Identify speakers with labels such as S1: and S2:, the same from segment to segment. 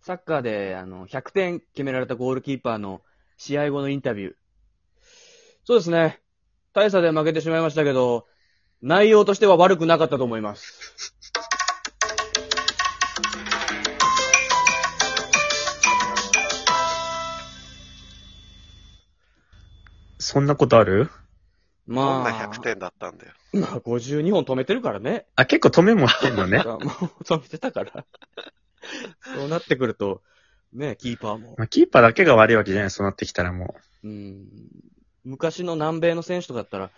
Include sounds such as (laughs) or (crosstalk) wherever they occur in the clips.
S1: サッカーで、あの、100点決められたゴールキーパーの試合後のインタビュー。そうですね。大差で負けてしまいましたけど、内容としては悪くなかったと思います。
S2: そんなことある
S1: ま
S3: どん
S1: あ、
S3: な100点だったんだよ。
S1: まあ、52本止めてるからね。
S2: あ、結構止めもしてん
S1: (laughs)
S2: のね。
S1: もう止めてたから。そうなってくると、ね、キーパーも。
S2: まあ、キーパーだけが悪いわけじゃない、そうなってきたらも
S1: うん、昔の南米の選手とかだったら、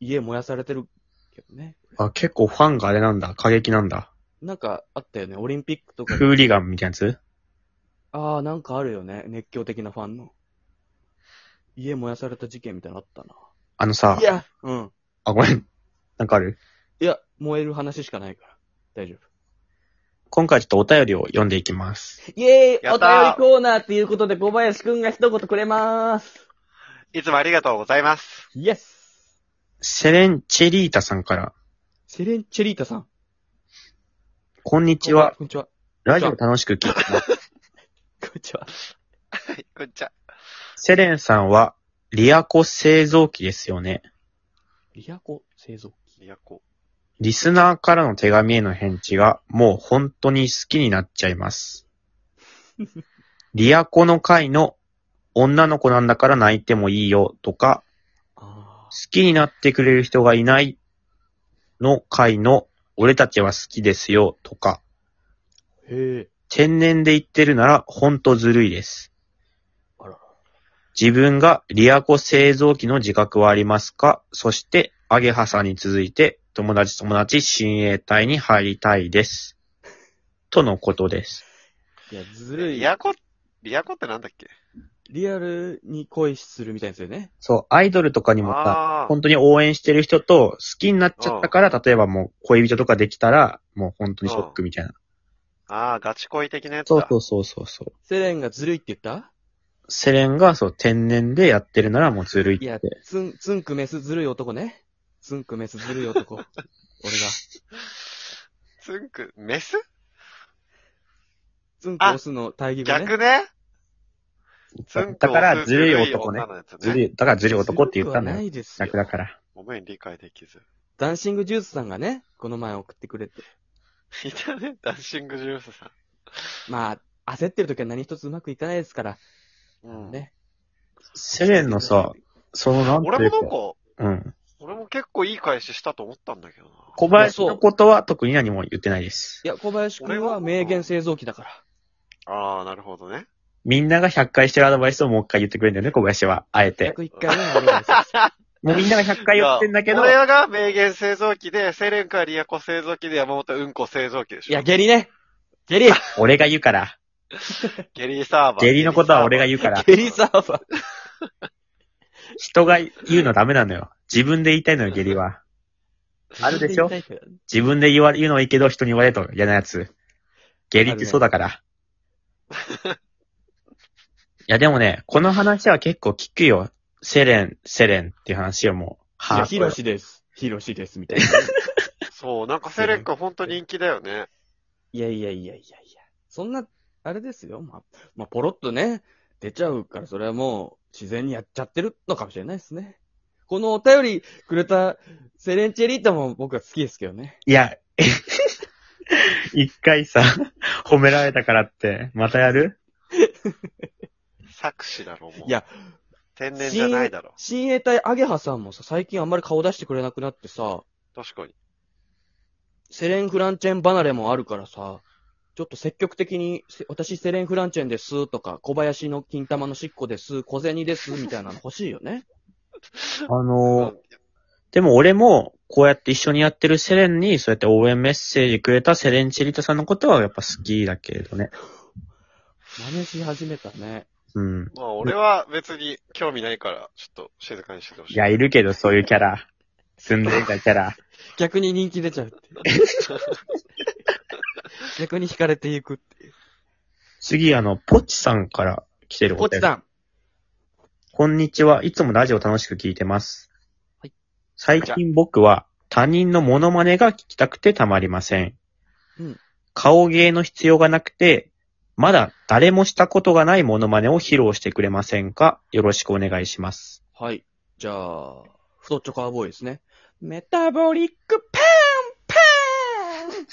S1: 家燃やされてるけどね。
S2: う。あ、結構ファンがあれなんだ、過激なんだ。
S1: なんかあったよね、オリンピックとかで。
S2: フーリガンみたいなやつ
S1: ああ、なんかあるよね、熱狂的なファンの。家燃やされた事件みたいなのあったな。
S2: あのさ
S1: い、や、うん。
S2: あ、ごめん。なんかある
S1: いや、燃える話しかないから。大丈夫。
S2: 今回ちょっとお便りを読んでいきます。
S1: イェーイ
S3: やったー
S1: お便りコーナーっていうことで小林くんが一言くれまーす。
S3: いつもありがとうございます。
S1: イエス
S2: セレンチェリータさんから、
S1: セレンチェリータさん。こん
S2: こんにちは。
S1: こんにちは。
S2: ラジオ楽しく聞いてます。
S1: こんにちは。
S3: はい、こんにちは。
S2: セレンさんは、リアコ製造機ですよね。
S1: リアコ製造機。
S3: リアコ。
S2: リスナーからの手紙への返事が、もう本当に好きになっちゃいます。リアコの会の、女の子なんだから泣いてもいいよとか、
S1: あ
S2: 好きになってくれる人がいないの回の、俺たちは好きですよとか、
S1: ーへえ。
S2: 天然で言ってるならほんとずるいです
S1: あら。
S2: 自分がリアコ製造機の自覚はありますかそして、アゲハさんに続いて、友達友達親衛隊に入りたいです。とのことです。
S1: いや、ずるい。
S3: リアコ、リアコってなんだっけ
S1: リアルに恋するみたいですよね。
S2: そう、アイドルとかにもさ、
S3: ああー。
S2: 本当に応援してる人と好きになっちゃったから、例えばもう恋人とかできたら、もう本当にショックみたいな。
S3: ああ、ガチ恋的なやつだ。
S2: そうそうそうそうそう。
S1: セレンがずるいって言った
S2: セレンがそう、天然でやってるならもうずるい
S1: いや
S2: って。、
S1: ツン、ツンクメスずるい男ね。ツンクメスずるい (laughs) 男。俺が。
S3: ツンク、メス
S1: ツンク押すの大義がね。
S3: 逆ねツン
S2: だ
S3: クを
S2: から
S3: 押す
S2: ずるい男ね
S3: 女。のやつね。
S2: ずるい、だからずるい男って言ったんだ
S1: ずるくはな
S2: よ。
S1: いですよ
S2: 逆だから。
S3: ごめん、理解できず。
S1: ダンシングジュースさんがね、この前送ってくれて。
S3: いたね、ダンシングジュースさ
S1: まあ、焦ってる時は何一つうまくいかないですから。
S3: ん。うん。
S1: ね。
S2: セレンのさ、そのなんて
S3: 俺
S2: い
S3: も
S2: う
S3: なん
S2: か、、
S3: か
S2: うん。
S3: 俺も結構いい返ししたと思ったんだけどな。
S2: 小林のことは特に何も言ってないです
S1: い。や、小林くんは名言製造機だから。
S3: ああ、なるほどね。
S2: みんなが100回してるアドバイスをもう一回言ってくれるんだよね、小林は。あえて。
S1: 101回目のアドバイスです。
S2: もうみんなが100回言ってんだけど、
S3: いや俺が名言製造機で、セレンかリアコ製造機で、山本うんこ製造機でしょ。
S1: いや、下痢ね。下痢
S2: 俺が言うから。
S3: ゲリーサーバー。
S2: 下痢のことは俺が
S3: う。
S2: 言うから。
S1: 下痢サーバー。
S2: 人が言うのダメなのよ。自分で言いたいのよ、下痢は。あるでしょ自分で言わ言うのはいいけど、人に言われると嫌なやつ。下痢ってそうだから。いや、でもね、この話は結構聞くよ。セレン、セレンっていう話をもう。
S1: いや、
S2: は
S1: ヒロシです。ヒロシです、みたいな。
S3: そう、なんかセレン君本当人気だよね。
S1: いやいやいやいやいや。そんな、あれですよ。まあ、まあ、ポロッとね、出ちゃうから、それはもう、自然にやっちゃってるのかもしれないですね。このお便りくれたセレンチェリータも僕は好きですけどね。
S2: いや、 (laughs) え一回さ、褒められたからって、またやる
S3: 作詞だろ、もう。
S1: いや、
S3: 天然じゃないだろ。
S1: 親衛隊アゲハさんもさ、最近あんまり顔出してくれなくなってさ、
S3: 確かに。
S1: セレンフランチェン離れもあるからさ、ちょっと積極的に、せ私セレンフランチェンですとか、小林の金玉のしっこです、小銭です、みたいなの欲しいよね。
S2: あ
S3: う
S2: のー
S3: ん
S2: でも俺も、こうやって一緒にやってるセレンに、そうやって応援メッセージくれたセレンチェリタさんのことはやっぱ好きだけれどね。
S1: 真似し始めたね。
S2: うん。
S3: まあ、俺は別に興味ないから、ちょっと静かにしててほしい。
S2: いや、いるけど、そういうキャラ。住んでたキャラ。
S1: 逆に人気出ちゃうって。逆に惹かれていくっていう。
S2: 次、あの、ポチさんから来てる
S1: ポチさん。
S2: こんにちは。いつもラジオ楽しく聞いてます。
S1: はい
S2: 最近僕は他人のモノマネが聞きたくてたまりません。
S1: うん
S2: 顔芸の必要がなくて、まだ誰もしたことがないモノマネを披露してくれませんかよろしくお願いします。
S1: はい。じゃあ、太っちょカーボーイですね。メタボリックパンパン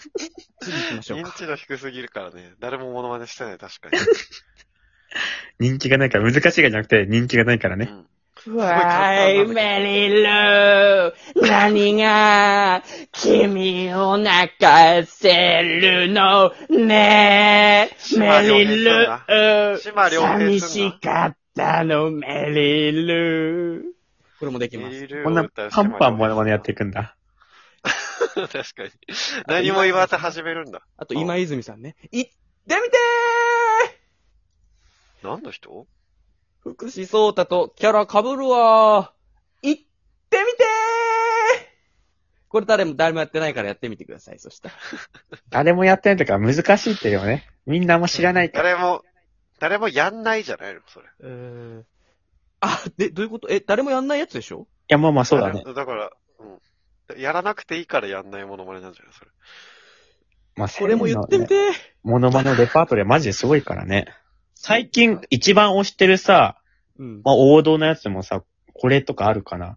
S1: 次行きましょう
S3: 認
S1: か。
S3: 知度低すぎるからね。誰もモノマネしてない、確かに。
S2: 人気がないから、難しいがじゃなくて人気がないから
S3: う
S2: ね。
S3: ん
S4: わい、メリルー。何が、君を泣かせるのねメリルー。
S3: 島良
S4: 寂
S3: 平すん
S4: し
S3: な。
S4: かったの、メリル
S1: これもでき
S3: メ
S1: ます。
S3: リル
S2: こんなパンパンモノマネやってい
S3: く。
S2: くんだ。
S3: 確かに。何も言わず始めるんだ。
S1: あと、今泉さんね。行ってみてー
S3: 何の人
S1: 福士蒼太とキャラ被るわー。行ってみてーこれ誰も、誰もやってないからやってみてください。そしたら。
S2: 誰もやってないとか難しいってよね。みんなも知らないから。
S3: 誰も、誰もやんないじゃないの、それ。
S1: えー、あ、で、どういうことえ、誰もやんないやつでしょ
S2: いや、まあまあそうだね。
S3: 誰もだから、うん。やらなくていいからやんないモノマネなんじゃないそれ。
S2: まあ、
S1: これも言ってみてー。
S2: モノマネのレパートリーはマジですごいからね。最近一番推してるさ、
S1: うん。
S2: まあ王道のやつでもさ、これとかあるかな。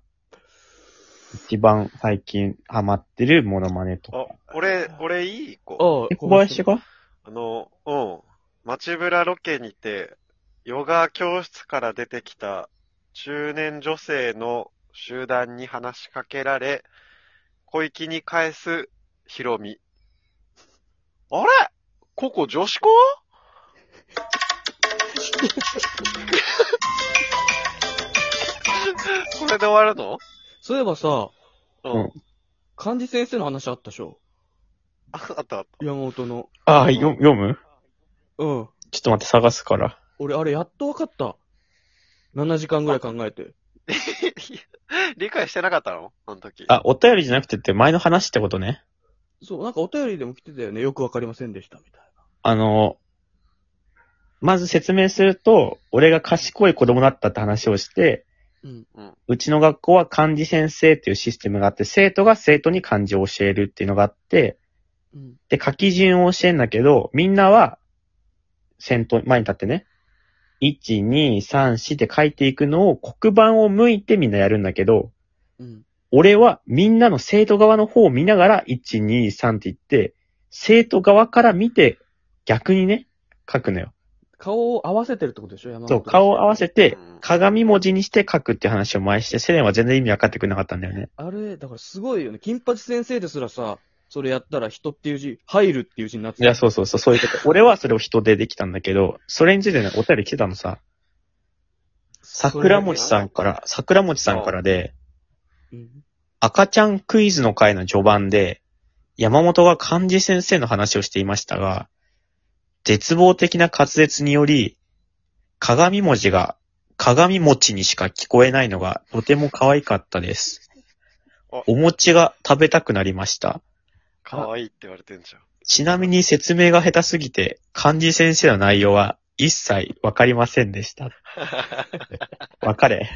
S2: 一番最近ハマってるモノマネとか。
S3: あ、俺、俺いい子。
S1: あ
S2: え小林が
S3: あの、うん。街ブラロケにて、ヨガ教室から出てきた中年女性の集団に話しかけられ、小池に返すヒロミ。あれここ
S2: (laughs)
S3: 女子校これで終わるの
S1: そういえばさ、
S3: う
S2: うんん。
S1: 漢字先生の話あったでしょ
S3: (laughs) ああったあった。
S1: 山本の。
S2: ああ、よ読む
S1: うん。
S2: ちょっと待って探すから。
S1: 俺、あれ、やっとわかった。7時間ぐらい考えて。
S3: 理解してなかったのあの時。
S2: あ、お便りじゃなくてって前の話ってことね。
S1: そう、なんかお便りでも来てたよね。よくわかりませんでした、みたいな。
S2: あの、まず説明すると、俺が賢い子供だったって話をして、
S1: うん。
S2: うちの学校は漢字先生っていうシステムがあって、生徒が生徒に漢字を教えるっていうのがあって、
S1: うん。
S2: で、書き順を教えんだけど、みんなは、先頭、前に立ってね、1、2、3、4って書いていくのを黒板を向いてみんなやるんだけど、
S1: うん。
S2: 俺はみんなの生徒側の方を見ながら、1、2、3って言って、生徒側から見て、逆にね、書くのよ。
S1: 顔を合わせてるってことでしょ山本
S2: そう、顔を合わせて
S3: うん、
S2: 鏡文字にして書くっていう話を前にして、セレンは全然意味分かってくれなかったんだよね。
S1: あれ、だからすごいよね。金八先生ですらさ、それやったら人っていう字、入るっていう字になって
S2: いや、そうそうそう、そういうこと。俺はそれを人でできたんだけど、それについてね、お便り来てたのさ、桜餅さんから、桜餅さんからで、
S1: うん。
S2: 赤ちゃんクイズの会の序盤で、山本が漢字先生の話をしていましたが、絶望的な滑舌により、鏡文字が鏡餅にしか聞こえないのがとても可愛かったです
S3: あ。
S2: お餅が食べたくなりました。
S3: かわいいって言われてんじゃん。
S2: ちなみに説明が下手すぎて、漢字先生の内容は一切わかりませんでした。わかれ。